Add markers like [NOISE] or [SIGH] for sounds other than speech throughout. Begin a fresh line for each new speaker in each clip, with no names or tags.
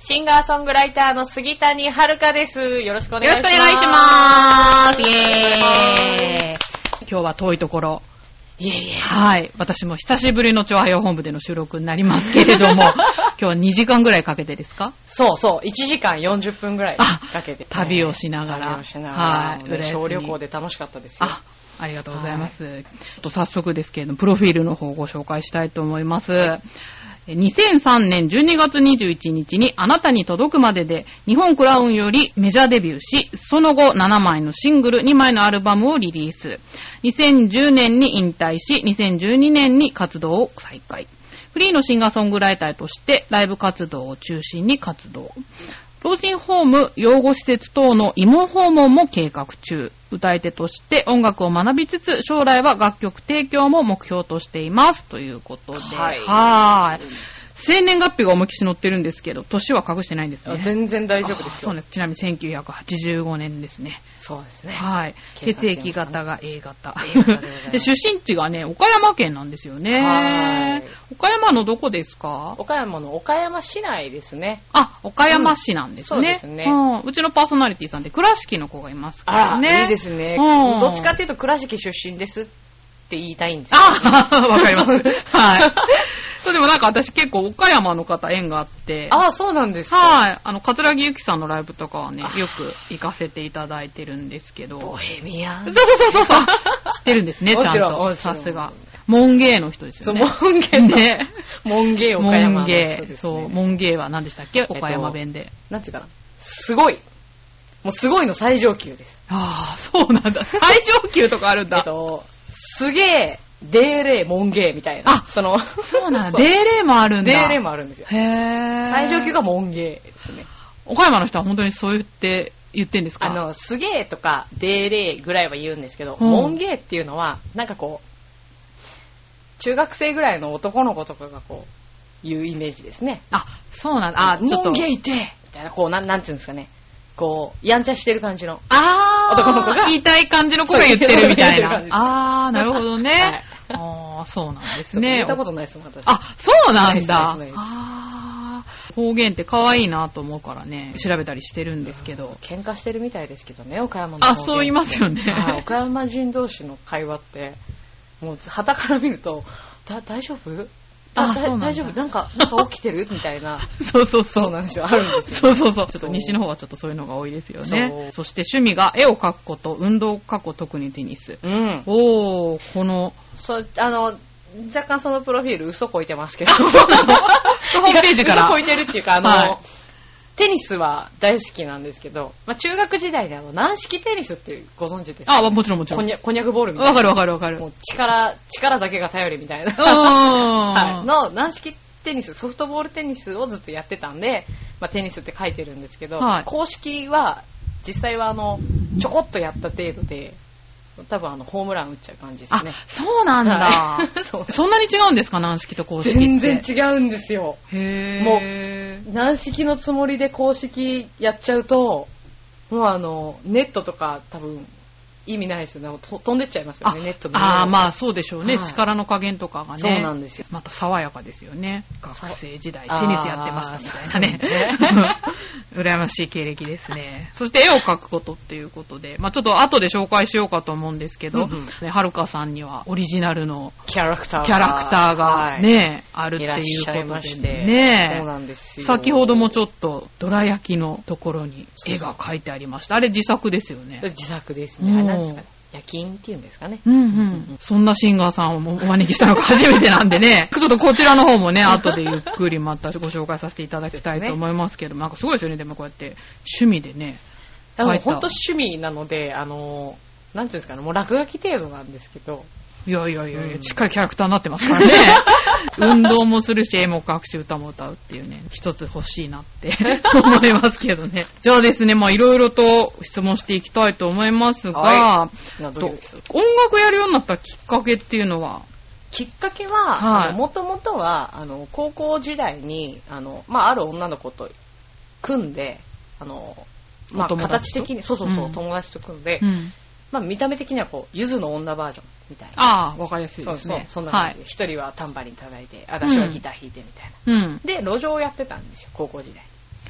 シンガーソングライターの杉谷遥です。よろしくお願い
よろし
し
くお
ます。
願いします。イェー
イ
イ。
今日は遠いところ。
いえいえ。
はい。私も久しぶりの調和用本部での収録になりますけれども、今日は2時間ぐらいかけてですか
そうそう、1時間40分ぐらいかけて、
旅をしながら
旅をしながら、
はい
ね
浦安に
小旅行で楽しかったですよ。
あ、ありがとうございます。ちょっと早速ですけれども、プロフィールの方をご紹介したいと思います。え2003年12月21日にあなたに届くまでで日本クラウンよりメジャーデビューし、その後7枚のシングル2枚のアルバムをリリース。2010年に引退し、2012年に活動を再開。フリーのシンガーソングライターとしてライブ活動を中心に活動。老人ホーム、養護施設等の慰問訪問も計画中。歌い手として音楽を学びつつ、将来は楽曲提供も目標としています。ということで。
はい
はーい生年月日が思いっきし載ってるんですけど、年は隠してないんです
あ
ね。
全然大丈夫で
あ
すよ。
そうです。ちなみに1985年ですね。
そうですね。
はい。
計
血
算
液型が A 型。
A 型でございます
[LAUGHS] で出身地がね、岡山県なんですよ
は
ね。岡山のどこですか
岡山の岡山市内ですね。
あ、岡山市なんですね。
うんそうですね
んうちのパーソナリティさんって倉敷の子がいますから
あら、
ね。
いいですね。
うん
どっちかっていうと倉敷出身ですって言いたいんですよ
あ [LAUGHS] わかりま
[LAUGHS]
す。はい。そう、でもなんか私結構岡山の方縁があって。
あ、そうなんですか。
はい。あの、桂木由紀さんのライブとかはね、よく行かせていただいてるんですけど。
ボヘミアン
そう。そうそうそう。知ってるんですね、
[LAUGHS] も
ちゃん
ちろんも
と。
ちろん
さすが。門芸の人です
そ
よ
う、
ね。
門芸の、
ね。
門芸 [LAUGHS] 岡山
門
の人です、ね。
芸。そう、門芸は何でしたっけ岡山弁で。
なんていうかな。すごい。もうすごいの最上級です。
ああ、そうなんだ。最上級とかあるん
え
だ
っ。と、すげえ、デーレー、門芸みたいな。
あ
[LAUGHS] その、
そうなんだ。
デ
デーレーもあるんだ。
ーレーもあるんですよ。
へえ。
最上級が門芸ですね。
岡山の人は本当にそう言って、言ってんですか
あ、の、すげえとか、デーレーぐらいは言うんですけど、
うん
門芸っていうのは、なんかこう、中学生ぐらいの男の子とかがこう、言うイメージですね。
あ、そうなんだ。あ、ちょっと。
門芸いてみたいな、こう、なん、なんていうんですかね。こう、やんちゃしてる感じの。
あー
男の子が
言いたい感じの子が言ってるみた
そう言っ
い
てる感
な
じ。
あー、なるほどね。
は
あー、そうなんです
そう言
ね
っ。たことないですもん、私。
あ、そうなん
な
だ
いですないですないです。
あー、方言って可愛いなと思うからね、調べたりしてるんですけど。
喧嘩してるみたいですけどね、岡山の方言
あ、そう言いますよね。
はい、岡山人同士の会話って、もう、旗から見ると、だ大丈夫だ
あ
だ
そうなんだ
大丈夫なんか、なんか起きてるみたい
[LAUGHS]
な。
そうそうそう。
[LAUGHS] そうなんですよ、あるんですよ。
そうそうそう。ちょっ
そ
と
う
西の方はちょっとそういうのが多いですよ
そ
ね
う。
そして趣味が絵を描くこと、運動を描くこと、特にテニス。
うん。
おー、この、
そう、あの、若干そのプロフィール嘘こいてますけど。
そ
[LAUGHS]
うなのホームページから。
嘘こいてるっていうか、あの、
はい
テニスは大好きなんですけど、まあ、中学時代であの、軟式テニスってご存知ですか
あ、もちろんもちろ
こん
ん。
にゃこんにゃくボールみたいな。
わかるわかるわか
[LAUGHS]
る。
も
う
う力、力だけが頼りみたいな。はい、
ーん。
の軟式テニス、ソフトボールテニスをずっとやってたんで、まあ、テニスって書いてるんですけど、
はい
公式は実際はあのちょこっとやった程度で、多分あのホームラン打っちゃう感じです
あ
ね。、
そうなんだ
はいそう。
[LAUGHS] そんなに違うんですか軟式と公式って。
全然
う。
違うんですよ。
へ
も
ー。
軟式のつもりで公式やっちゃうと、もうあのネットとか多分意味ないですよね。と飛んでっちゃいますよね、ネットの上を
ああー、まあそうでしょうね、
はい
力の加減とかがね。
そうなんですよ
また爽やかですよね。学生時代、
そう
テニスやってましたみたい
あーそう [LAUGHS]
なね。 [LAUGHS] 羨ましい経歴ですね。そして絵を描くことっていうことで、まあちょっと後で紹介しようかと思うんですけ
うん
ど、
うん
ねはるかさんにはオリジナルの
キャラクターが
キャラクタ
は
ーが
い
ね、あるって
い
いう
らっしゃい
こ
ま
と
し
で
て。
ね
そう。なんですよ。
先ほどもちょ
っ
っと、どら焼きのところに絵が描いてありました。あれ自作ですよね。
自作ですね。
うん
あれなんですか夜勤っていうんですかね。
うんうん。そんなシンガーさんをお招きしたのが初めてなん
[LAUGHS]
でね、ちょっとこちらの方もね、後でゆっくりまたご紹介させていただきたいと思いますけど、なんかすごいですよね、でもこうやって趣味でね。
あの
書いた
本当趣味なので、あの、なんていうんですかね、もう落書き程度なんですけど、
いやいやいやい
うん
や、しっかりキャラクターになってます
[LAUGHS]
からね。運動もするし、絵も描くし、歌も歌うっていうね、一つ欲しいなって
[LAUGHS]
思いますけどね。じゃあですね、まあいろいろと質問していきたいと思いますが、
は
と音楽やるようになったきっかけっていうのは、
きっかけは、
はい
もともとは、あの、高校時代に、あの、まあ、ある女の子と組んで、あの、ま
お
あ、
友達
形
と
的に、そうそうそう、
うん
友達と組んで、
うん
まあ、見た目的にはこう、ゆずの女バージョンみたいな。
ああ、わかりやすい
そう
です
そう
ね。、
そんな
は
感
い
じで。。一、人はタンバリン叩いて、私はギター弾いてみたいな。
うん。
で、路上をやってたんですよ、高校時代。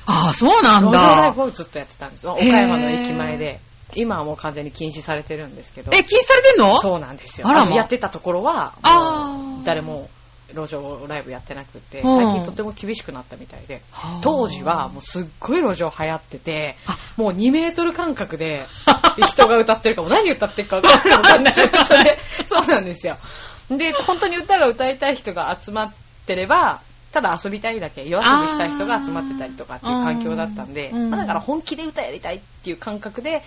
ああ、そうなん
路上ライ
だ
ブ。をずっとやってたんですよ。岡山の駅前で。今はもう完全に禁止されてるんですけど。
え、禁止されてんの
そうなんですよ。
あらま
あのやってたところは、
あー
もう誰も路上ライブやってなくて、
うん
最近とても厳しくなったみたいで、
はあ
当時はもうすっごい路上流行ってて
あ、
もう2メートル間隔で人が歌ってるかも、何歌ってるか分からない
[LAUGHS]
めちゃくちゃで、そうなんですよ。で、本当に歌が歌いたい人が集まってれば、ただ遊びたいだけ、夜遊びしたい人が集まってたりとかっていう環境だったんで、
あーうん
まあだから本気で歌やりたいっていう感覚で、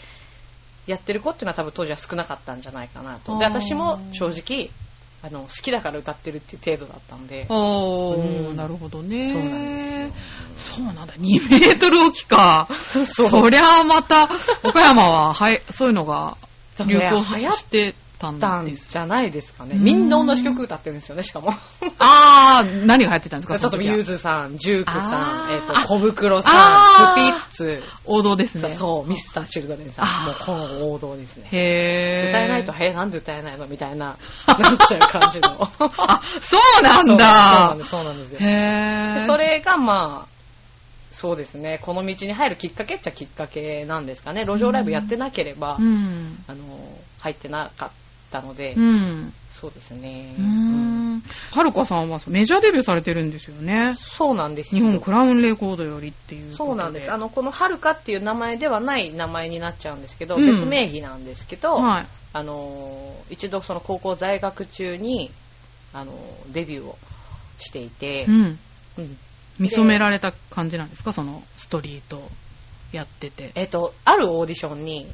やってる子っていうのは多分当時は少なかったんじゃないかなと。で、
あー
私も正直、あの、好きだから歌ってるっていう程度だったんで、
おー、
うん
なるほどね。
そうなんですよ。
そうなんだ。2メートル置きか。
そう
そりゃあまた、岡山は、はい、そういうのが
そう
流
ね
行してたん
だった
だ
ん
ね。
じゃないですかね。
うん
みんな同じ曲歌ってるんですよね、しかも。
あー、何が流行ってたんです
例
か
えば、ゆ
ズ。
ずさん、ジュークさ
あ
ん、え
ー
っ、と
あ、
小袋さん、スピ
あ
ッツ、
王道ですね。
そう、ミスター・チルドレンさ
あ
ん、
ー
もうこの王道ですね。
へー。
歌えないと、え、なんで歌えないのみたいな、 [LAUGHS] なっちゃう感じの。
あ、そうな
そ
ん
うそうな
だ。
んです、そうなんですよ。
へ
で
ー。
それがまあ、そうですね、この道に入るきっかけっちゃきっかけなんですかね。路上ライブやってなければ、
うん。
あの、入ってなかったので、
うん。
そうですね。
う
うん
ん。はるかさんはメジャーデビューされてるんですよね。
そうなんです
日
よ
本クラウンレコードよりっていうこと。
そうなんです。あの、この、はるかっていう名前ではない名前になっちゃうんですけど、
うん
別名義なんですけど、
はい。
あのー、一度その高校在学中に、あのー、デビューをしていて、
うん。
うん
見初められた感じなんですかそのストリートやってて。
えっ、と、あるオーディションに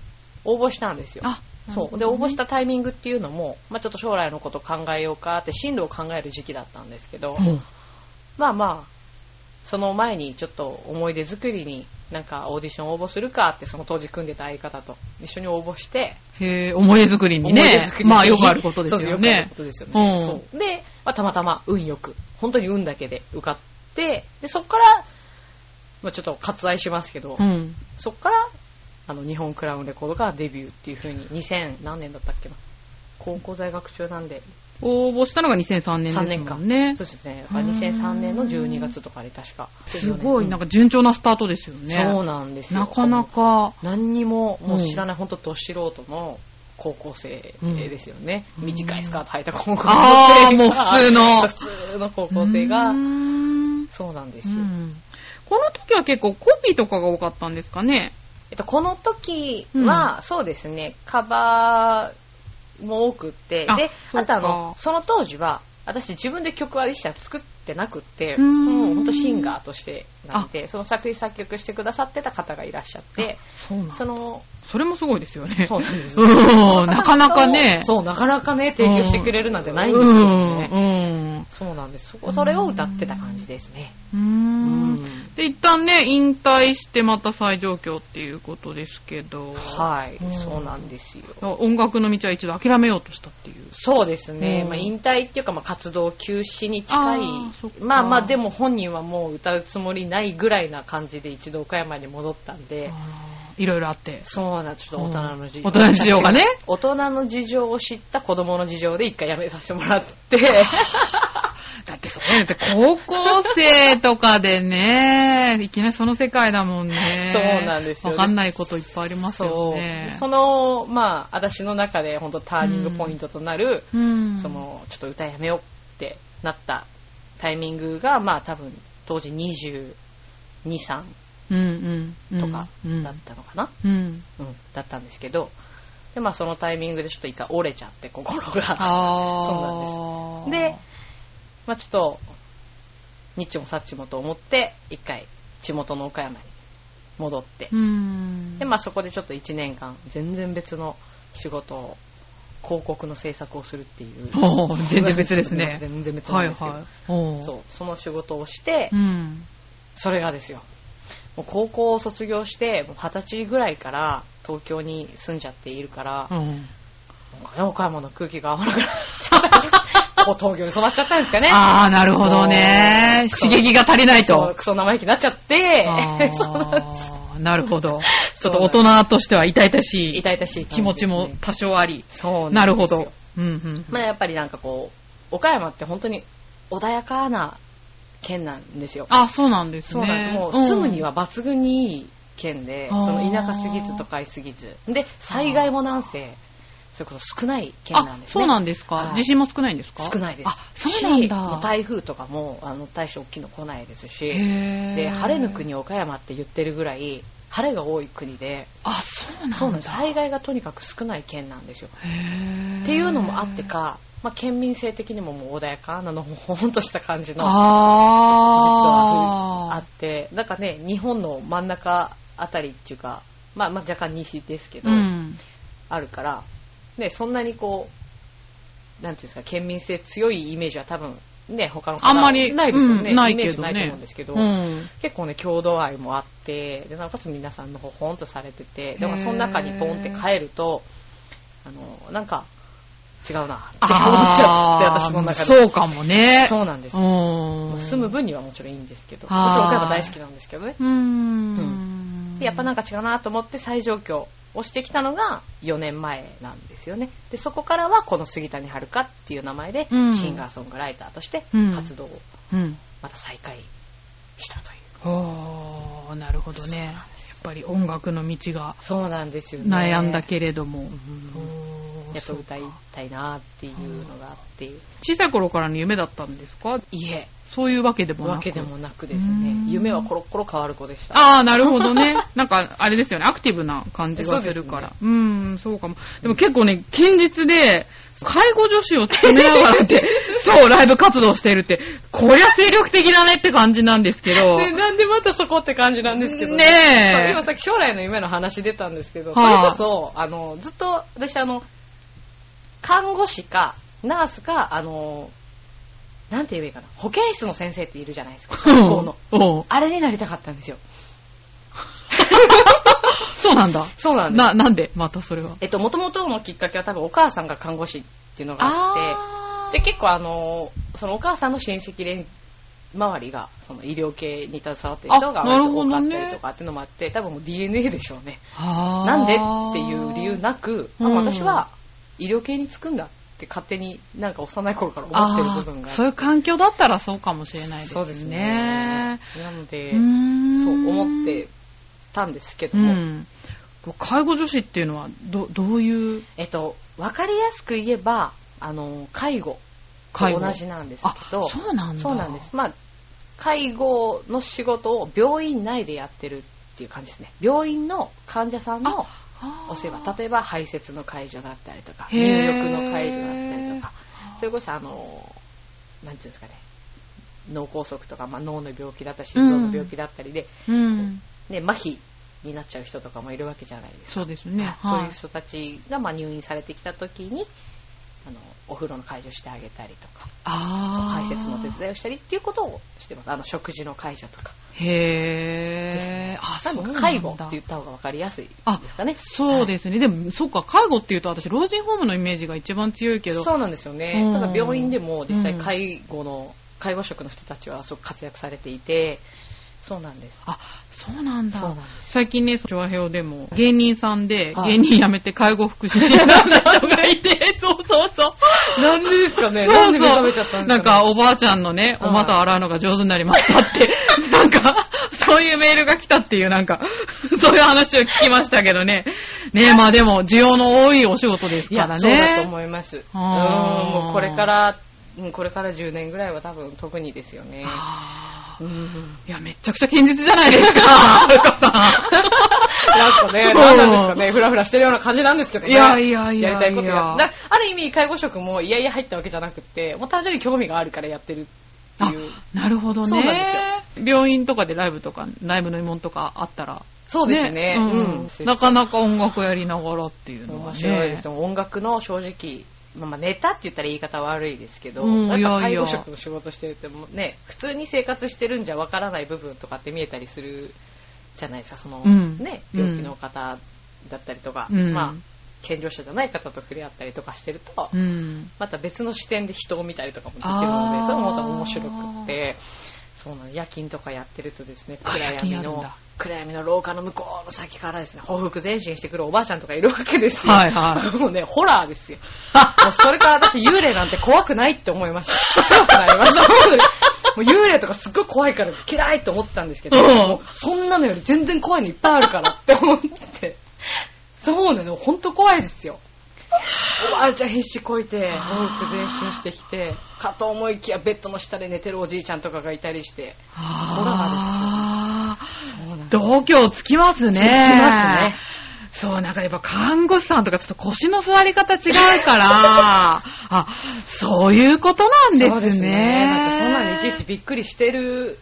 応募したんですよ。
あ、
そう。で、応募したタイミングっていうのも、まあちょっと将来のこと考えようかって、進路を考える時期だったんですけど、
うん
まあまあ、その前にちょっと思い出作りに、なんかオーディション応募するかって、その当時組んでた相方と一緒に応募して、
へえ、思い出作りに
思い出
ね
作り。に
まあよくあることですよ
そうそうよくあ
ね
るこ。とですよね
うん
そうで、まあ、たまたま運よく、本当に運だけで受かって、で、そこから、まあ、ちょっと割愛しますけど、
うん。
そこから、あの、日本クラウンレコードがデビューっていう風に、2000何年だったっけな。高校在学中なんで、
応募したのが2003年
3
です
年
も
間。
んね
そう。ですね。だから2003年の12月とかに確か。
すごい、なん
か
か順調なスタートですよね。
そうなんですよ。
なかな。か。
何にも、もう知らない、本当ど素人の高校生ですよね。
うん
短いスカート履いた高校生が。
あーもう普通の
そう普通の高校生が
うー。ん
そうなんで
う
すよ。
んこの時は結構コピーとかが多かったんですかね。
えっと、この時は、そうですね、カバーも多くって、
あ
で、
そう
あと
か
あの、その当時は、私自分で曲は一社作ってなくって、
うーん
もう本当シンガーとしてなんで、その作詞作曲してくださってた方がいらっしゃって、
そうなん
その、
それもすごいですよね。
そうなんです
うんなかなかね。
そう、なかなかね、提供してくれるなんてないんですよね。
ね。
そうなんです。そこそれを歌ってた感じですね。
うん。うん。
うん
で、一旦ね、引退してまた再上京っていうことですけど。
はい、
うん
そうなんですよ。
音楽の道は一度諦めようとしたっていう。
そうですね、
うん
まあ、引退っていうか、まあ、活動休止に近い
あーそっか
まあまあでも本人はもう歌うつもりないぐらいな感じで一度岡山に戻ったんで、
あーいろいろあって。
そうなんちょっと大人の事情、
うん大人の事情がね
[LAUGHS] 大人の事情を知った子供の事情で一回やめさせてもらって [LAUGHS]
だってそうね。だって高校生とかでね、 [LAUGHS] いきなりその世界だもんね。
そうなんですよ
わかんないこといっぱいあります
そ
よ
う、
ね。
そのまあ私の中で本当ターニングポイントとなる、
うん。
そのちょっと歌やめようってなったタイミングがまあ多分当時22、3
うんうんうん。
とか
うん
だったのかな、
うん。
うん、だったんですけど、で、まあそのタイミングでちょっと一回折れちゃって、心が。
ああ。
そうなんです。で、まあちょっと、にっちもさっちもと思って、一回地元の岡山に戻って、
うん。
で、まあそこでちょっと一年間、全然別の仕事を広告の制作をするっていう。
おー全然別ですね
全然別
は
ないんですけど。
はい。おー
そう、その仕事をして、
うん。
それがですよ。もう高校を卒業して、もう二十歳ぐらいから東京に住んじゃっているから、
うん。
なんかね岡山の空気が合わなくなっちゃ
[LAUGHS]
った。こう東京に染まっちゃったんですかね。
ああ、なるほどね。
もう
刺激が足りない
そう
と。
クソ生意気になっちゃって、 [LAUGHS] そうなんです
あーなるほど。ちょ
[LAUGHS] そ
っ
う
と
なんです
大人としては [LAUGHS] 痛々しい
痛々しい感じですね
気持ちも多少あり。
そう
なんる
で
ほ
すよ
ど。。うんうん。
まあやっぱりなんかこう、岡山って本当に穏やかな県なんですよ。
あ、そうなんです
そ
ね。
うなんです。もう住むには抜群にいい県で、
あー
その田舎すぎず都会すぎず。で、災害もなんせ、それこそ少ない県
うん、
なん
あ
で、すね。
そうなんです
は
か
い。
地震も少ないんですか
少ないです。
あ、そうなん
しもう
だ。
台風とかも、あの、大して大きいの来ないですし、
で
で、晴れの。国岡山って言ってるぐらい、晴れが多い国で、
あ、そうなんだ。
そうなんです。災害がとにかく少ない県なんですよ。
へー
っていうのもあって。か、まあ、県民性的にももう穏やかなのもほほんとした感じの実はあ
ああ。
ってだからね日本の真ん中あたりっていうか、まあ、まあ若干西ですけど、
うん。
あるから、ね、そんなにこうなんていうんですか県民性強いイメージは多分ね他の方
あんまり
ないですよね、
うんない
イメー
け
ジ
ど
な
ね
いと思うんですけど、
うん。
結構ね郷土愛もあってでなおかつ皆さんのほほんとされててでもその中にポンって帰るとあのなんか違うなって思っちゃって私の中で
そうかもね。
そうなんです、
う
まあ
ん。
住む分にはもちろんいいんですけどもち
あー
ろん岡山大好きなんですけどね
うーん。
でやっぱなん
か、
か違うなと思って再上京をしてきたのが4年前なんですよねでそこからはこの杉谷遥香っていう名前で
うん
シンガーソングライターとして
うん
活動を
うん。
また再開したという、
おー、なるほどね。やっぱり音楽の道が
そうなんですよね
悩んだけれども。おー
やっぱ
そう
歌いたいなっていうのがあって、
小さい頃からの夢だったんですか
いえ、
そういうわけでもなく。
わけでもなくですね
う、ん
夢はコロッコロ変わる子でした。
ああ、なるほどね。 [LAUGHS] なんか、あれですよね。アクティブな感じがするから。う,、ん、そうかも。でも結構ね、堅実で、介護助手を務めなが
[LAUGHS]
らって、そう、ライブ活動しているって、こりゃ精力的だねって感じなんですけど。
[LAUGHS] ね、なんでまたそこって感じなんですけど
ねえ
そう今さっき将来の夢の話出たんですけど、
はあ
それこそ、あの、ずっと私あの、看護師か、ナースか、あの、なんて言えばいいかな、保健室の先生っているじゃないですか、学校の。
うんうん
あれになりたかったんですよ。
そうなんだ。
そうなんです。
な、なんでまたそれは。
えっと、もともとのきっかけは多分お母さんが看護師っていうのがあって、で結構あのそのお母さんの親戚連周りがその医療系に携わってる人が割
あなる
と多
ほど
かっ
ね
たりとかっていうのもあって、多分もう DNA でしょうね
あー
なんでっていう理由なく、あ
うん
私は医療系に就くんだって勝手になんか幼い頃から思ってる部分が
あー
あ
そういう環境だったらそうかもしれないですね。
そうですねなの
う
で
ーん。
そう思ってたんですけど
う
も、
ん。介護女子っていうのは、ど、どういう
えっと分かりやすく言えばあの介護
介護
と同じなんです
あ
けど、
そうなんだ。
そうなんです。。まあ、介護の仕事を病院内でやってるっていう感じですね。病院の患者さんのお世話、例えば排泄の介助だったりとか、
へ
入
ー
浴の介助だったりとか、それこそあの、なんていうんですかね、脳梗塞とか、まあ、脳の病気だったり、心臓の病気だったりで、
うん。
ね、麻痺になっちゃう人とかもいるわけじゃないですか。
そうですね。
そうい
は
う人たちが、まあ、入院されてきた時に、あの、お風呂の介助してあげたりとか、
あ
そう
あ。
排泄の手伝いをしたりっていうことをしてます。あの食事の介助とかですね
へえ。。あ、
多分
そうなんだ
介護って言った方が分かりやすいですかね。
そうですね。でも、そっか、介護っていうと私、老人ホームのイメージが一番強いけど。
そうなんですよ
う
ね
ん。
ただ病院でも実際介護の、介護職の人たちはすごく活躍されていて、そうなんです。
あ、そうなんだ。
そうなんです
最近ね、調和表でも、芸人さんで、
はい
芸人辞めて介護福祉士になった人がい
[LAUGHS]
て、そうそうそう。
なんでですかね
そうそう。なんか、おばあちゃんのね、
うん
お股を洗うのが上手になりましたって、 [LAUGHS] なんか、そういうメールが来たっていう、なんか、そういう話を聞きましたけどね。ねまあでも、需要の多いお仕事です
い
か
や、
らね。
そうだと思います。うん、
あー
もうこれから、うんこれから10年ぐらいは多分特にですよね。
あー
うん
いや、めちゃくちゃ堅実じゃないですか、
[LAUGHS]
はるかさん。
なんか
う
ね、
ん
なんなんですかね、ふらふらしてるような感じなんですけどね。
いやいやいやい
や
や
りたいことやだある意味、介護職もいやいや入ったわけじゃなくて、もう単純に興味があるからやってるって
あ
いう。、
なるほどね。
そうなんです
よ。病院とかでライブとか、ライブの慰問とかあったら、
そうですね
うん
うん
なかなか音楽やりながらっていうのはね。
面白いですね。音楽の正直、まあまあ、ネタって言ったら言い方悪いですけど、や
うん
っぱ
いやい
介
や
護職の仕事してるってもうね、普通に生活してるんじゃわからない部分とかって見えたりするじゃないですか、その、
うん
ね、
うん
病気の方だったりとか、
うん
まあ、健常者じゃない方と触れ合ったりとかしてると、
[LAUGHS] うん。
また別の視点で人を見たりとかもできる
あ
の
ー
で、それもまた面白くって、そうなの、夜勤とかやってるとですね、
あ
暗
夜勤や
闇
るん
の
だ、
暗闇の廊下の向こうの先からですね、報復前進してくるおばあちゃんとかいるわけですよ。
はいは
もうね、ホラーですよ。 [LAUGHS] もうそれから私幽霊なんて怖くないって思いました。強くなりま
[LAUGHS]
した。もう幽霊とかすっごい怖いから嫌いって思ってたんですけど、
うん
もうそんなのより全然怖いのいっぱいあるからって思って。そうなの、ほんと怖いですよ。おばあちゃん必死こいて、大きく前進してきて、かと思いきやベッドの下で寝てるおじいちゃんとかがいたりして、
あー
そうなの。
度胸つきますね。
つきますね
そう、なんかやっぱ看護師さんとかちょっと腰の座り方違う
[LAUGHS]
から、あ、そういうことなんですね。
そうですね。なんかそんなにいちいちびっくりしてる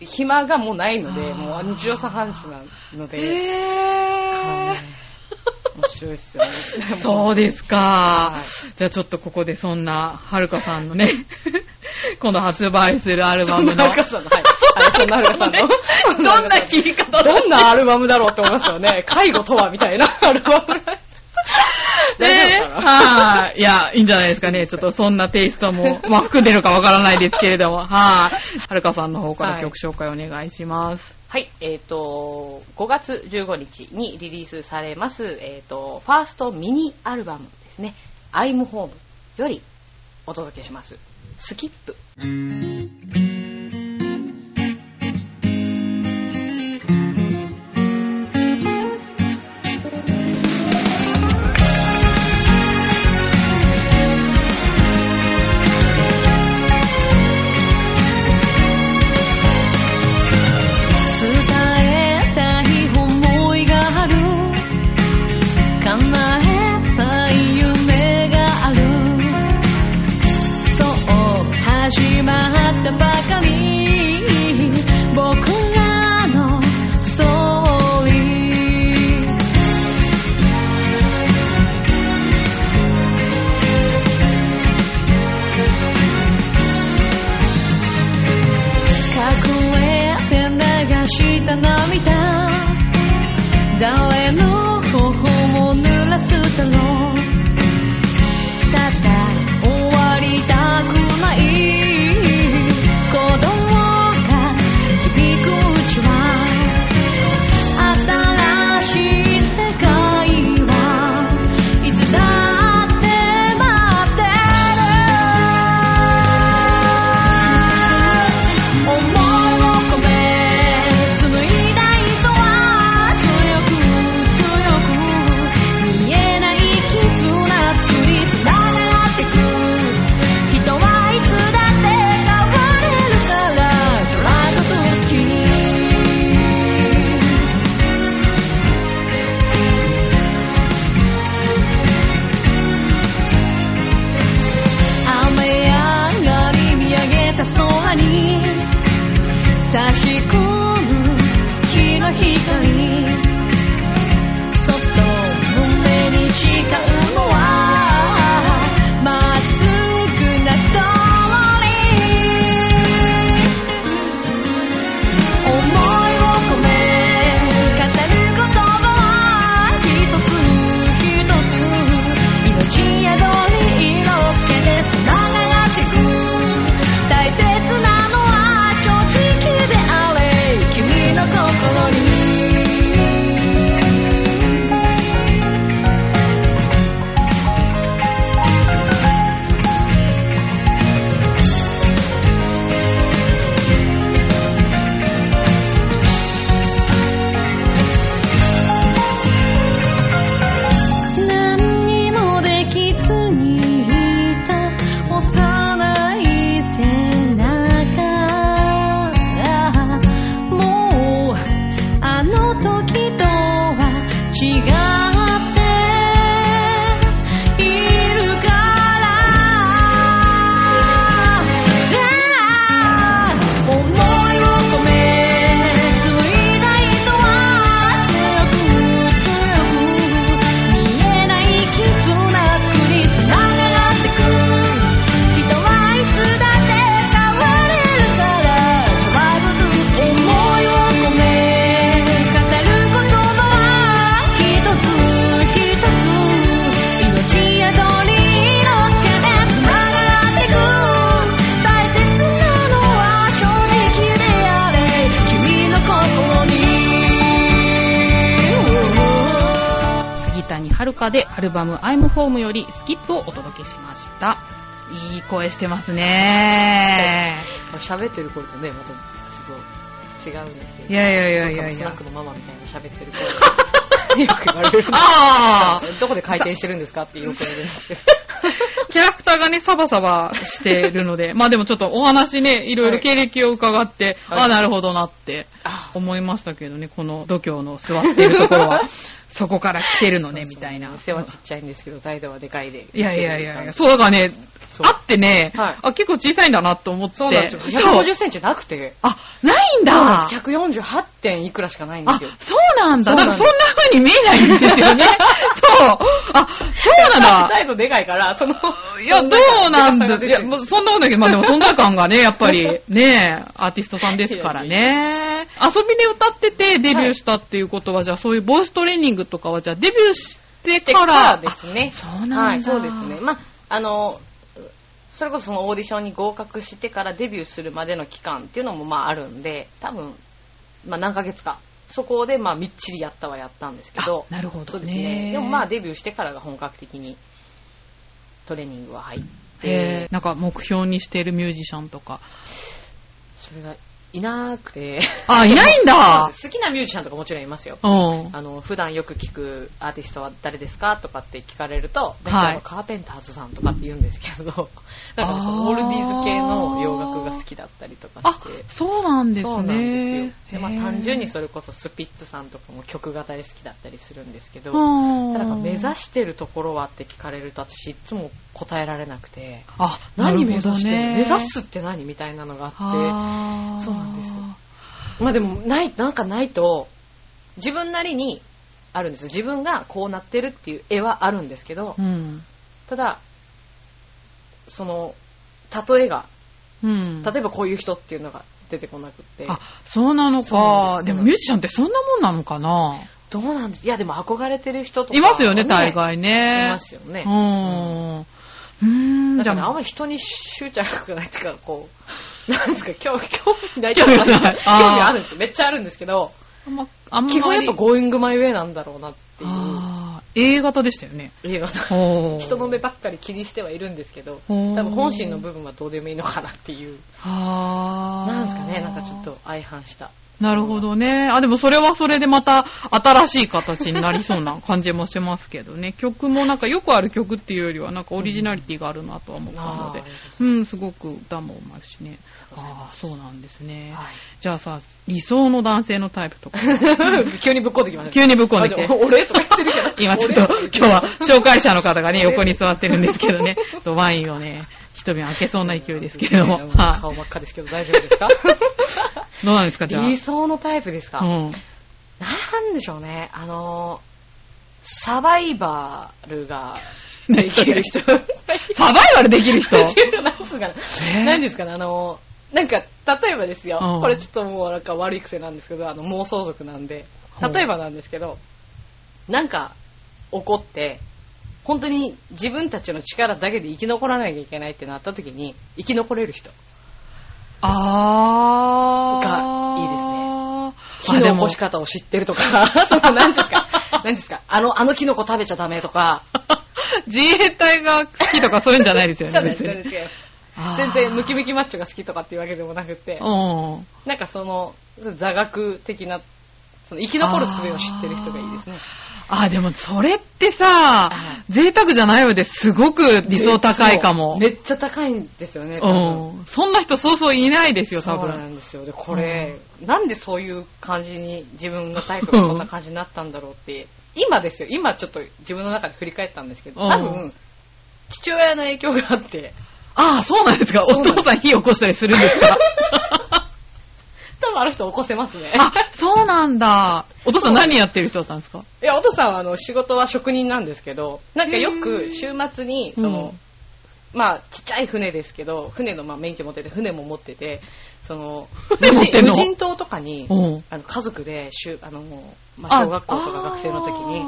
暇がもうないので、
あー
もう日常茶飯事なので、
え
はい面白いっ [LAUGHS] すよね。
ー、そうですか
は。
じゃあちょっとここでそんな、はるかさんのね、 [LAUGHS] 今度発売するアルバムの、
はるかさんの、はい。はい [LAUGHS] そんなはるかさんの。
どんな切り方だ
[LAUGHS] どんなアルバムだろうって思いますよ [LAUGHS] ね。介護とはみたいな [LAUGHS] アルバム。
ね
大丈夫かな
はい。いや、いいんじゃないですかね。ちょっとそんなテイストも、まあ、含んでるかわからないですけれども、はい。はるかさんの方から曲紹介お願いします。
はい、えっ、と、5月15日にリリースされます、えっ、と、ファーストミニアルバムですね、I'm Home よりお届けします。スキップ。
伝えたい思いがある叶えたい夢があるそう始まったばかり僕らのストーリー隠れて流した涙誰の頬も濡らすだろうただ終わりたくない鼓動が響くうちは新しい世界はいつだって待ってる思いを込め紡いだ糸は強く強く見えない絆作り繋がってく人はいつだって変われるから空ごと好き雨上がり見上げた空に差し込む日の光そっと胸に誓うのはまっすぐなストーリー思いを込め語る言葉は一つの一つ命宿に色をつけて繋がってく大切なのは正直である
中でアルバム I'm Home よりスキップをお届けしました。いい声してますね。
喋ってる声とね、またちょっと違うんですけど。
いやいやいや
なん
いや
か
い
スナッ
や
ク。のママみたいな喋ってる声。よく言われるんで [LAUGHS]
ああ
どこで回転してるんですかってよく言われるんですけど。
キャラクターがね、サバサバしてる [LAUGHS] ので、まあでもちょっとお話ね、いろいろ経歴を伺って、
はい
ああ、なるほどなって思いましたけどね、この度胸の座ってるところ [LAUGHS] は、そこから来てるのね、みたいな。
背はちっちゃいんですけど、態度はでかいで。
いやいやいやいや、そうだからね、
そう
あってね、
はい
あ、結構小さいんだなと思って。
そうなんですよ。
そう
150センチなくて。
あ、ないんだ
148点いくらしかないんで
あ
すよ。、
そうなんだ。
そう
な
なんん
か
です
そんな風に見えないんですよね。
[LAUGHS]
そう。あ、そうなんだ。
態度でかいから、その、
いや、どうなんだ。い
いや、
や、
も
もうそんなことないけど、まあでも存在
[LAUGHS]
感がね、やっぱり、ねえ、アーティストさんですからね。遊びで歌っててデビューしたっていうことは、じゃあそういうボイストレーニングとかは、じゃあデビューして
して
か
かららですね。
そうなんだ
はい、そうですね。まあ、あの、それこそそのオーディションに合格してからデビューするまでの期間っていうのもまああるんで、多分、まあ何ヶ月か。そこでまあみっちりやったはやったんですけど
あ、なるほどね
そうですね。でもまあデビューしてからが本格的にトレーニングは入っ
え
て
ー、、なんか目標にしているミュージシャンとか。
それがいなくて、
あ、いないんだ。
[LAUGHS] 好きなミュージシャンとかもちろんいますよ。
うん。
あの普段よく聞くアーティストは誰ですかとかって聞かれると、大
はい
体あのカーペンターズさんとかって言うんですけど、 [LAUGHS] なんかねそ
あー
のオールディーズ系の洋楽が好きだったりとか
あ
して、、
そうなんですね。
そうなんですよ。でまあ、
へー
単純にそれこそスピッツさんとかも曲が大好きだったりするんですけど、
うん
ただなんか目指してるところはって聞かれると私いつも答えられなくて、
あ、
何目指してる
なるほどね
目指すって何みたいなのがあって、
あー
そうなんですまあでもないなんかないと自分なりにあるんですよ自分がこうなってるっていう絵はあるんですけど
うん。
ただその例えが
うん。
例えばこういう人っていうのが出てこなくって
あ、そうなの
そうなんで
か。
す
でもミュージシャンってそんなもんなのかな
どうなんですいやでも憧れてる人とか
いますよね、大
い
概ね。
ますよね
うーん。うーん、
だ
じ
か
ゃ
らねあん
あ
ま、り人に執着がないっていうかこう [LAUGHS] なんですか興
[LAUGHS]
味興味ない
興味ない
興味
あー
あるんですよめっちゃあるんですけど
あんま、あんまり
基本やっぱゴーイングマイウェイなんだろうなっていう
あー A 型でしたよね。
映画さ
おー
人の目ばっかり気にしてはいるんですけど、多
おー
分本心の部分はどうでもいいのかなっていう。
あー
なんですかね、なんかちょっと相反した。
なるほどね。あ、でもそれはそれでまた新しい形になりそうな感じもしますけどね。 [LAUGHS] 曲もなんかよくある曲っていうよりはなんかオリジナリティがあるなとは思ったので
あーありがとうござい。ます
うん、すごく歌もうまいしね。
ありがとうござい
ああー、そうなんですね。
はい
じゃあさ、理想の男性のタイプ
[LAUGHS]
とか。
急にぶっこんできました。
急にぶっこんできて
あも俺とか言ってるけど。
今ちょっと
俺、
今日は紹介者の方がね、横に座ってるんですけど
[LAUGHS]
ね。とワインをね、一瓶開けそうな勢いですけれども。
いやう
は
顔真っ赤ですけど大丈夫ですか
い。どうなんですか、 [LAUGHS] じゃあ。
理想のタイプですか、
うん。
なんでしょうね、あのー、サバイバル
[LAUGHS]
が
何
で
そ
き
れ
る人。何
サバイバルでき
[LAUGHS]
る人
ですかね
えー
何ですかね、あのー、なんか、例えばですよ、
うん
これちょっともうなんか悪い癖なんですけど、あの、妄想族なんで、例えばなんですけど、なんか、怒って、本当に自分たちの力だけで生き残らなきゃいけないってなった時に、生き残れる人。
あー。
がいいですね
あ
木
で
の起
も
こし方を知ってると
[LAUGHS]
か、その、何ですか、何ですか、あの、あのキノコ食べちゃダメとか、
自衛隊が好きとかそういうんじゃないですよ
じ
ね、
ゃない
別
全然
に。
違います。
あー
全然ムキムキマッチョが好きとかっていうわけでもなくて、
うん。
なんかその、座学的な、その生き残る術を知ってる人がいいですね。
あ、でもそれってさ
は、
贅沢じゃないようですごく理想高いかも。
めっちゃ高いんですよね、多分。
うん。そんな人そうそういないですよ、
そ
多
うな
分。
んですよ。で、これ、なんでそういう感じに、自分のタイプがそんな感じになったんだろうって、今ですよ、今ちょっと自分の中で振り返ったんですけど、
うん
多分、父親の影響があっ
[LAUGHS]
て、
ああ、そうなんですか。
そうな
お
んです
父さん火起こしたりするんですか
多 [LAUGHS] 分あの人起こせます
[LAUGHS]
ね。
あ、そうなんだ。お父さん何やってる人だったんですか
いや、お父さんはあの仕事は職人なんですけど、なんかよく週末に、その、まあ、ちっちゃい船ですけど、船のまあ免許持ってて、船も持ってて、その、
船持ってんの
無人島とかに、
うん
あの家族で、しゅあの、まあ、小学校とか学生の時に、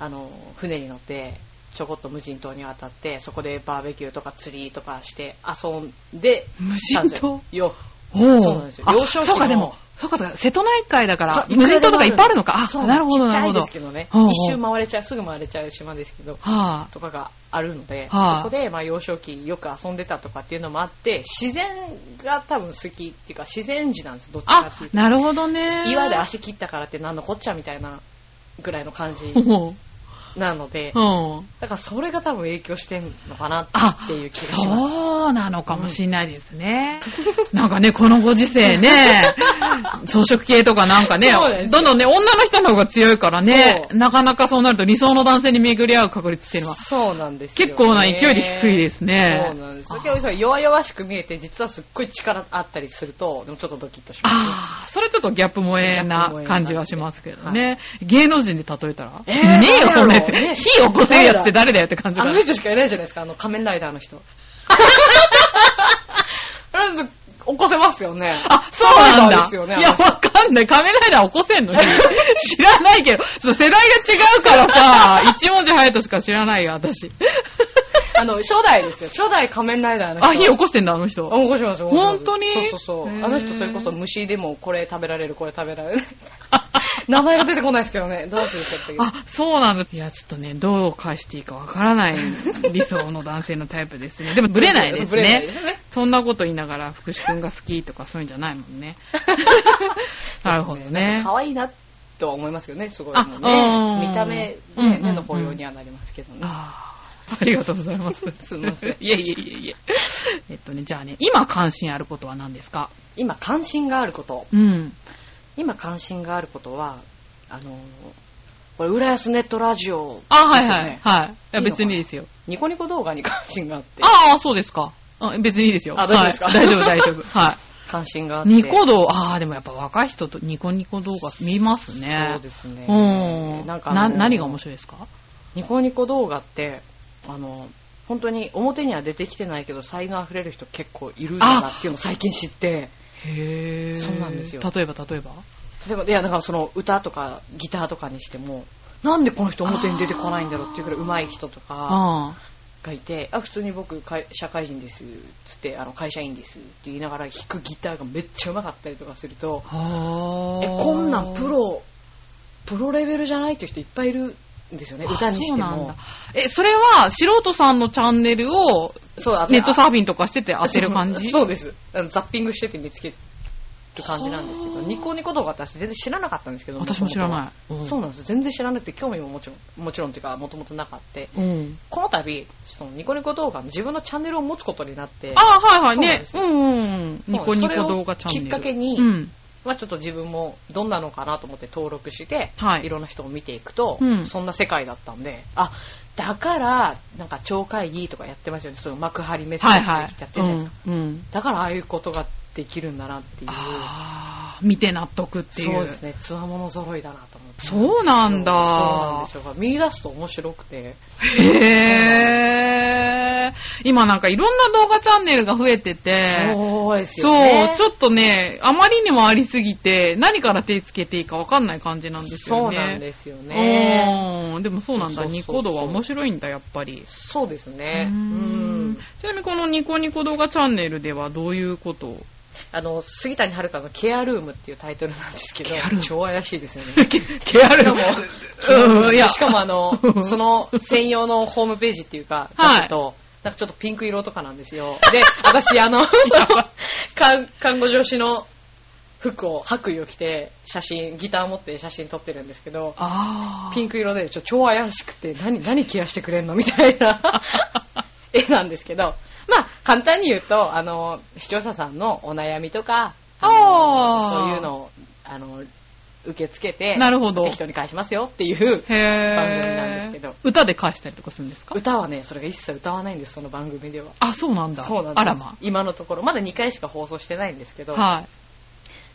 あ
あの、船に乗って、ちょこっと無人島に渡って、そこでバーベキューとか釣りとかして遊んで、
無人島
よ
ーおう
そうなんですよ
あ
幼少期の
そうか、でも、そうかそうか、瀬戸内海だか
そ
ら
う、
無人島とかいっぱいあるのか。
そう
あ、なるほど、
ちっちゃ
なる
い
ほど。
で
は
すけどね
ほうほ。う
一周回れちゃう、すぐ回れちゃう島ですけど、
あ。
とかがあるので、
はい
そこでまあ幼少期よく遊んでたとかっていうのもあって、自然が多分好きっていうか、自然児なんです、どっちか
あ
っていう、と。
なるほどね。
岩で足切ったからってなんのこっちゃみたいなぐらいの感じ
[LAUGHS] ほう。
なので、
うん。
だからそれが多分影響してんのかな
あ
っていう気がします。
そうなのかもしれないで
[LAUGHS]
すね。なんかね、このご時世ね、装飾系とかなんかね
そうです、
どんどんね、女の人の方が強いからね、
そう
なかなかそうなると理想の男性に巡り合う確率っていうのは、
そうなんですよ、。
結構な勢いで低いですすね。
そうなんです。だけどさ弱々しく見えて、実はすっごい力あったりすると、でもちょっとドキッとします、
ああ、それちょっとギャップ萌えな感じはしますけどね。芸能人で例えたら、
えー
いねえよ、そんなやつ。
ね
火起こせるやつって誰だよって感じ
あ
だ
の人しかいないじゃないですか、あの仮面ライダーの [LAUGHS] 人。とりあえず起こせますよね。
あ、そうなん
そうなん
だ。
ですよね
いや、わかんない。仮面ライダー起こせんの [LAUGHS] 知らないけど、その世代が違うからさ、一文字隼人しか知らないよ、 [LAUGHS] 私。
あの、初代ですよ。初代仮面ライダーの人。
あ、火起こしてんだ、あの人。
あ起こしますよ。起こします
本当に
そうそうそう。
へー
あの人それこそ虫でもこれ食べられる、これ食べられる。 [LAUGHS] 名前が出てこないですけどね。どうするちゃったけど。
あ、そうなんだ。いや、ちょっとね、どう返していいかわからない理想の男性のタイプですね。でも、 [LAUGHS] ブレないです
ブレないで
ね
すね。
そんなこと言いながら、福士くんが好きとかそういうんじゃないも
[LAUGHS]
んね。なるほどね。
可愛いなとは思いますけどね、すごい
あ
もうね。
うん
見た目で
うんうんうん
目の保養にはなりますけどね。
あーありがとうございます。
[LAUGHS] すいません
いえいえいえいえ。えっとね、じゃあね、今関心あることは何ですか
今関心があること。
うん。
今関心があることは、あの、これ、浦安ネットラジオ、
あ、はい
で
は
すよ
い
ね。
はい。いや、
いいのかな
別にいいですよ。
ニコニコ動画に関心があって、
ああ、そうですか。あ別にいいですよ。
あ大丈夫ですか
はい大丈夫、大丈夫。
[LAUGHS]
は
関心があっ
い。
て。
ニコ動、ああ、でもやっぱ若い人とニコニコ動画見ますね。
そうですね。
うん。
な
なんん
か
か、
あの
何が面白いですか
ニコニコ動画って、あの、本当に表には出てきてないけど、才能溢れる人結構いるんだなっていうのを最近知って、
へー
そうなんですよ
例えば、例えば。
例えば、いや、だからその歌とかギターとかにしても、なんでこの人表に出てこないんだろうっていうくらい上手い人とか
あ
がいて、あ、普通に僕、会社会人です、つって、あの、会社員ですって言いながら弾くギターがめっちゃ上手かったりとかすると、
あ。はあ。
え、こんなんプロ、プロレベルじゃないっていう人いっぱいいるんですよね、
あ
歌にして
そうなん
も
だ。え、それは、素人さんのチャンネルを、
そう、あ
ネットサーフィンとかしてて当てる感じ。
そううですあのザッピングしてて見つける感じなんですけど
はあ
ニコニコ動画って私全然知らなかったんですけど
私も知らない
元々は
うん
そうなんです全然知らなくて興味ももちろんもちろんっていうかもともとなかった
うん。
この度そのニコニコ動画の自分のチャンネルを持つことになって
ああ、はいはい
そうなん
ね
で。す
う
よ
んうん。ニコニコ動画チャンネル。
きっかけに
うん。
まあ、ちょっと自分もどんなのかなと思って登録して、
はい
ろんな人を見ていくと、
うん
そんな世界だったんであだからなんか超会議とかやってますよねそういう幕張メッセ
はい
とか
は
で
い
きちゃっ。て
う
るじゃないです
ん
か、。
うん。
だからああいうことができるんだなっていう
ああ、見て納得っていう。
そうですね、つわもの揃いだなと思って。
そうなんだ
そうなんですよ。見出すと面白くて。
へえ。今なんかいろんな動画チャンネルが増えてて。
そうです
そ
よね
う、。ちょっとね、あまりにもありすぎて、何から手つけていいかわかんない感じなんです
そ
よ
う
ね。
なんですよね。
ね。うん。でもそうなんだ。
そうそうそう
ニコ動は面白いんだ、やっぱり。
そうですね。
う
うんん。
ちなみにこのニコニコ動画チャンネルではどういうことを
あの、杉谷遥のケアルームっていうタイトルなんですけど
ケアルー、ム
超怪しいですよね。
[LAUGHS] ケケア
し
ル
か
も
も。
うん、いや。、
しかもあのその専用のホームページっていうか、
はい
だと、なんかちょっとピンク色とかなんですよ。
[LAUGHS]
で、私あの、看看護助手の服を、白衣を着て、写真、ギター持って写真撮ってるんですけど、
あ
ピ
ー
ンク色で、ちょ、超怪しくて、何、何ケアしてくれんのみたい
[LAUGHS]
な絵なんですけど、まあ、簡単に言うと、あの、視聴者さんのお悩みとか、あの
あー
そういうのを、あの、受け付けて、
なるほど
適当に返しますよっていう
へえ。
番組なんですけど
歌で返したりとかするんですか
歌はね、それが一切歌わないんです、その番組では。
あ、そうなんだ。
そうなんです。
あらま。
今のところ、まだ2回しか放送してないんですけど、
はい。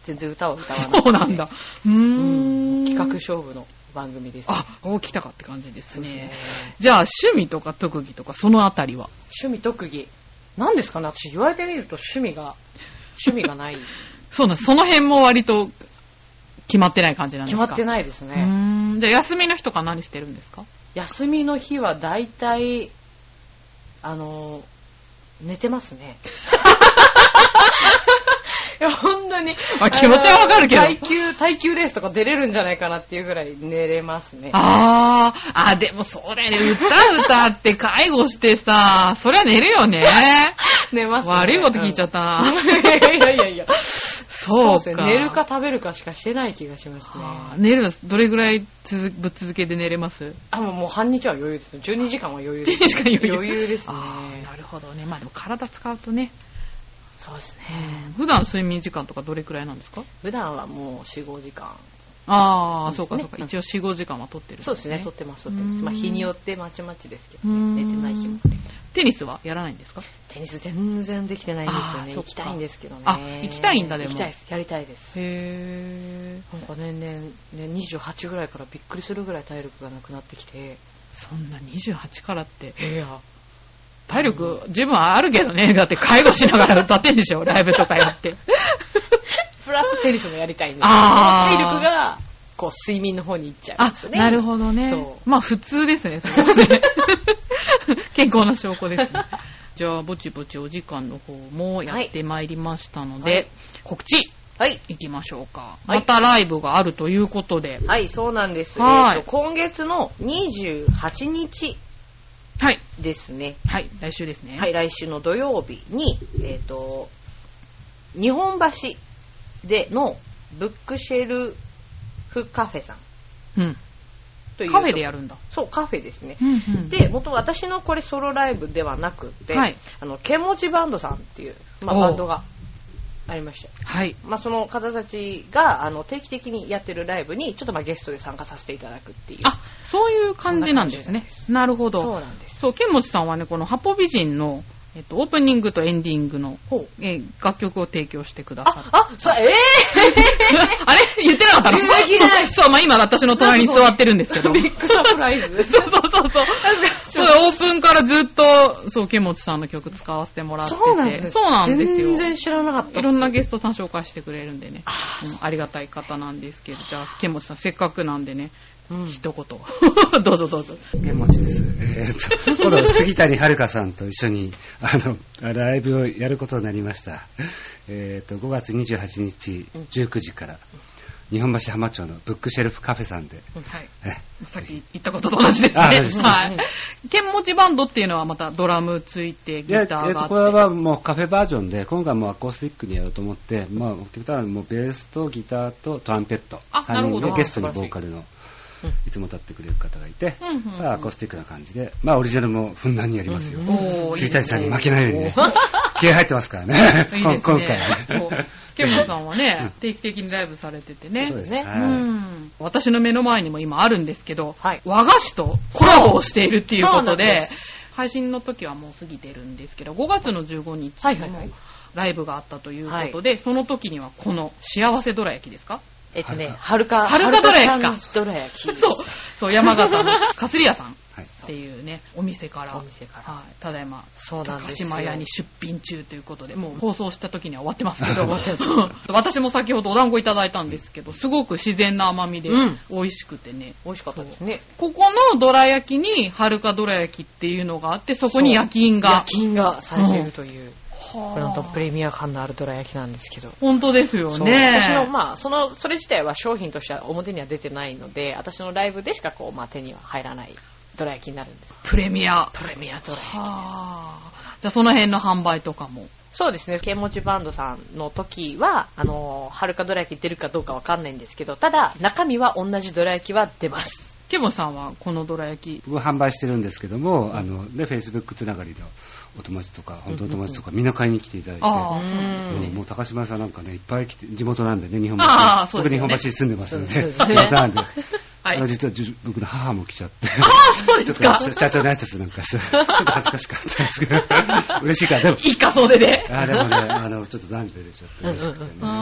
全然歌を歌わない。
そうなんだ。うー。
うんん。企画勝負の番組です。
あ、お来たかって感じです
そうですね
ね。じゃあ、趣味とか特技とか、そのあたりは
趣味特技。何ですかね私言われてみると趣味が、趣味が
[LAUGHS]
ない。
そうなんです。その辺も割と決まってない感じなんです
決
か
まって
な
ないです
い
ね。
うーん。じゃあ、休みの日とか何してるんですか
休みの日は大体、
[LAUGHS]
あの、寝てますね。や、本当に。
まあ気持ちはわかるけど
あの耐久、耐久レースとか出れるんじゃないかなっていうぐらい寝れますね。
あー、あ、でもそれね、歌歌って介護してさ、そりゃ寝るよね。
[LAUGHS] [LAUGHS] 寝ます、ね。
悪いこと聞いちゃった。
うん。 [LAUGHS] いやいやいや。
そう
です
か。
ね。寝るか食べるかしかしてない気がしますね。
あー。寝るの、どれぐらい続ぶっ続けで寝れます
あ、もうもう半日は余裕です。12時間は余裕です。
12時間余裕
余裕ですね。
あーなるほどね。まあでも体使うとね、
そうですね。
普段睡眠時間とかどれくらいなんですか
普段はもう4、5時間。
ああ、
そ
そうう
です
か
ね
そうか。一応4、5時間は取ってるん
そうですね。撮ってます、撮ってま
う
す。
ん
まあ日によってまちまちですけ
う
ど、
ん
寝てない日もあれば。
テニスはやらないんですか
テニス全然できてないんですよ
あー
ね。行
そっか
きたいんですけどね。
あ行きたいんだでも
行きたいです。やりたいです。
へー。
なんか年々、ね、28ぐらいからびっくりするぐらい体力がなくなってきて。
そんな28からって、
いや、
体力十分あるけどね。だって介護しながら歌ってんでしょライブとかや
[LAUGHS]
って。
プラステニスもやりたいんです。
あー
その体力が、こう、睡眠の方に行っちゃうん
あ
ですよ、ね。
なるほどね。
そう
まあ普通ですね、それ
[LAUGHS]
はね健康な証拠ですね。じゃあ、ぼちぼちお時間の方もやってまいりましたので、
はい
告知
はい。
行きましょうか。
はい
またライブがあるということで、
はい、そうなんです。
はい
えーと今月の28日
はい、
ですね。
はい、来週ですね。
はい、来週の土曜日に、えっ、と、日本橋でのブックシェルフカフェさん
うん。
という。
カフェでやるんだ。
そう、カフェですね。
うんうん
で、元々私のこれソロライブではなくて、
はい
あの、ケモチバンドさんっていう、まあ、
おう
バンドがありまして、
はい。
まあ、その方たちがあの定期的にやってるライブに、ちょっとまあゲストで参加させていただくっていう。
あ、そういう感じなんですね。なるほど。
そうなんです。
そう、ケンモチさんはね、このハポ美人の、えっと、オープニングとエンディングの、
ほう。
えー楽曲を提供してくださって。
あ、あ、さ、えぇ、
[LAUGHS] あれ言ってなかったの
言う気ない
そう、まあ今私の隣に座ってるんですけど。
[LAUGHS] ビッグサプライズ。
[LAUGHS] そうそうそうそう。そう、オープンからずっと、そう、ケンモチさんの曲使わせてもらってて。
そうなんですね
そうなんですよ。
全然知らなかった。
いろんなゲストさん紹介してくれるんでね。うんありがたい方なんですけど、じゃあ、ケンモチさんせっかくなんでね、
うん
一言。 [LAUGHS] どうぞどうぞ。
剣持です。えーっと、今度、杉谷遥さんと一緒に、あの、ライブをやることになりました。えーっと、5月28日、19時から、日本橋浜町のブックシェルフカフェさんで、
はい。
え
さっき言ったことと同じですね。
あそうですね
はい。剣持ちバンドっていうのはまたドラムついて、
い
ギ
や、え
ター
ーっ
があっ
と、
て。
これはもうカフェバージョンで、今回もうアコースティックにやろうと思って、まあ、極端にもうベースとギターとトランペット、
あなる
3
ほ
人
ど
でゲストにボーカルの、いつも立ってくれる方がいて、
うんうんうん
まあアコースティックな感じで、まあ、オリジナルもふんだんにやりますよ。
おー
杉谷さんに負けないようにね
おー
[LAUGHS] 気合入ってますからね。
[LAUGHS] いいですね。
[LAUGHS] こ今回はね
そう。ケンモさんはね、定期的にライブされててね。
そうです
ね
ね。
う
はい
ん。私の目の前にも今あるんですけど、
はい
和菓子とコラボをしているっていうこ
そうな
と
んで
で、配信の時はもう過ぎてるんですけど、5月の15日
はいは
に
いは
も
い
ライブがあったということで、その時にはこの幸せどら焼きですか
えっとね、はるか、
はるかどら焼きか
はるちゃんどら焼き。
[LAUGHS] そう。そう、山形のかすり屋さんっ
はい。
ていうね、お店から、
お店から
はい、ただいま、
そうなん
高
ですよ
島屋に出品中ということで、もう放送した時には終わってま
[LAUGHS]
すけど、そう私も先ほどお団子いただいたんですけど、すごく自然な甘みで
うん
美味しくてね、
美味しかったですね。
ここのどら焼きに、はるかどら焼きっていうのがあって、そこに焼き印が
焼。き印がされているという、
は
こ
あ
れなんとプレミア感のあるどら焼きなんですけど。
本当ですよ
そう
ね。
私の、まあ、その、それ自体は商品としては表には出てないので、私のライブでしかこう、まあ、手には入らないどら焼きになるんです。
プレミア。は
プレミアどら焼き。
あ。じゃあその辺の販売とかも。
そうですね、剣持バンドさんの時は、あの、はるかどら焼き出るかどうかわかんないんですけど、ただ、中身は同じどら焼きは出ます。
ケボさんはこのどら焼き、
僕は販売してるんですけども、あの、で、Facebook つながりのお友達とか、本当の友達とか、みんな買いに来ていただいて。
ああ、そう
うん
うんもう高島屋さんなんかね、いっぱい来て、地元なんでね、日本
ああ
橋。
そうで
僕
す
日
よね
本橋に住んでますの
そうで
で、
すね
また
[LAUGHS]
なんで。
い
あの実はじゅ僕の母も来ちゃって。
ああ、そう
ち
で
ょっ
すか。
と社長の挨拶なんかして、ちょっと恥ずかしかったんですけど、嬉しいから、でも、
いいか、袖で。
あーでもね、あの、ちょっと男女でちょっと嬉しくてね。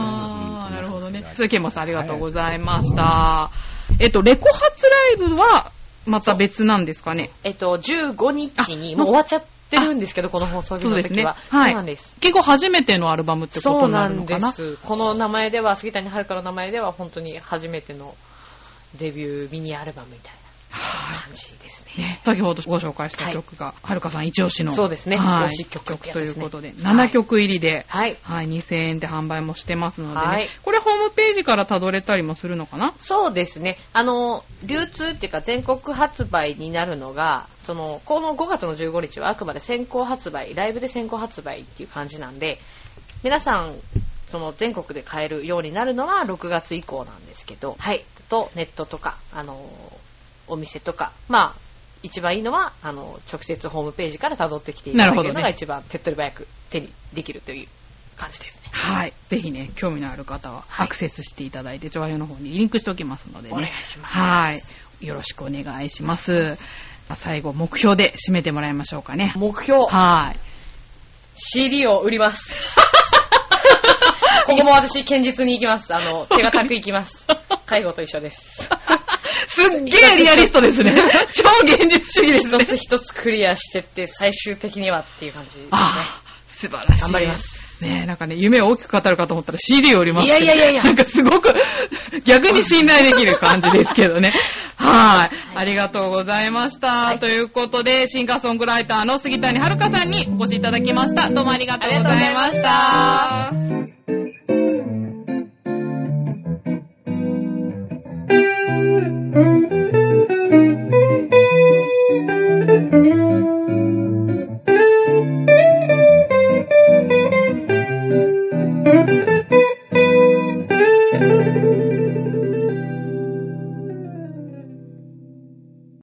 あ
う
あ、
ん
なるほどね。そう、ケンモさんありがとうございました。えっと、レコ発ライブは、また別なんですかね。
えっと、15日に、
あ
もう終わっちゃってるんですけど、この放送日
そう
の
です
時
ね。
は。
はい。
そうなんです。
結構初めてのアルバムってこ
そ
と
う
にな
な
るの
ん
か
で
な。
す。この名前では、杉谷遥の名前では、本当に初めてのデビューミニアルバムみたいな。感じですね。
ね、先ほどご紹介した曲が、はるかさん一押しの。
そうですね
はい
推し曲ってやつ
と
で
い
す
う
ね
ことで、
は
7
い
曲入りで、
はい。
はい、2000円で販売もしてますのでね、
はい
これホームページから辿れたりもするのかな
そうですね。あの、流通っていうか全国発売になるのが、その、この5月の15日はあくまで先行発売、ライブで先行発売っていう感じなんで、皆さん、その全国で買えるようになるのは6月以降なんですけど、はい。と、ネットとか、あの、お店とか、まあ、一番いいのは、あの、直接ホームページから辿ってきていただけ
な
る
るほど
の
ね
が一番手っ取り早く手にできるという感じですね。
はい。ぜひね、興味のある方はアクセスしていただいて、上ョアヘオの方にリンクしておきますのでね。
お願いします
はい。よろしくお願いします。最後、目標で締めてもらいましょうかね。
目標、
はい。
CD を売り
[LAUGHS]
ます。ここも私、堅実に行きます。あの、手堅く行きます。介護と一緒です。
すっげえリアリストですね。超現実主義ですね
一。つ一つクリアしてって、最終的にはっていう感じですね。
[LAUGHS] ああ、素晴らしい。
頑張ります。
ねえ、なんかね、夢を大きく語るかと思ったら CD を売ります。
いやいやいやい
[LAUGHS]
や
なんかすごく、逆に信頼できる感じですけどね。はい。ありがとうございました。ということで、シンガーソングライターの杉谷遥さんにお越しいただきました。どうもありがとうございました。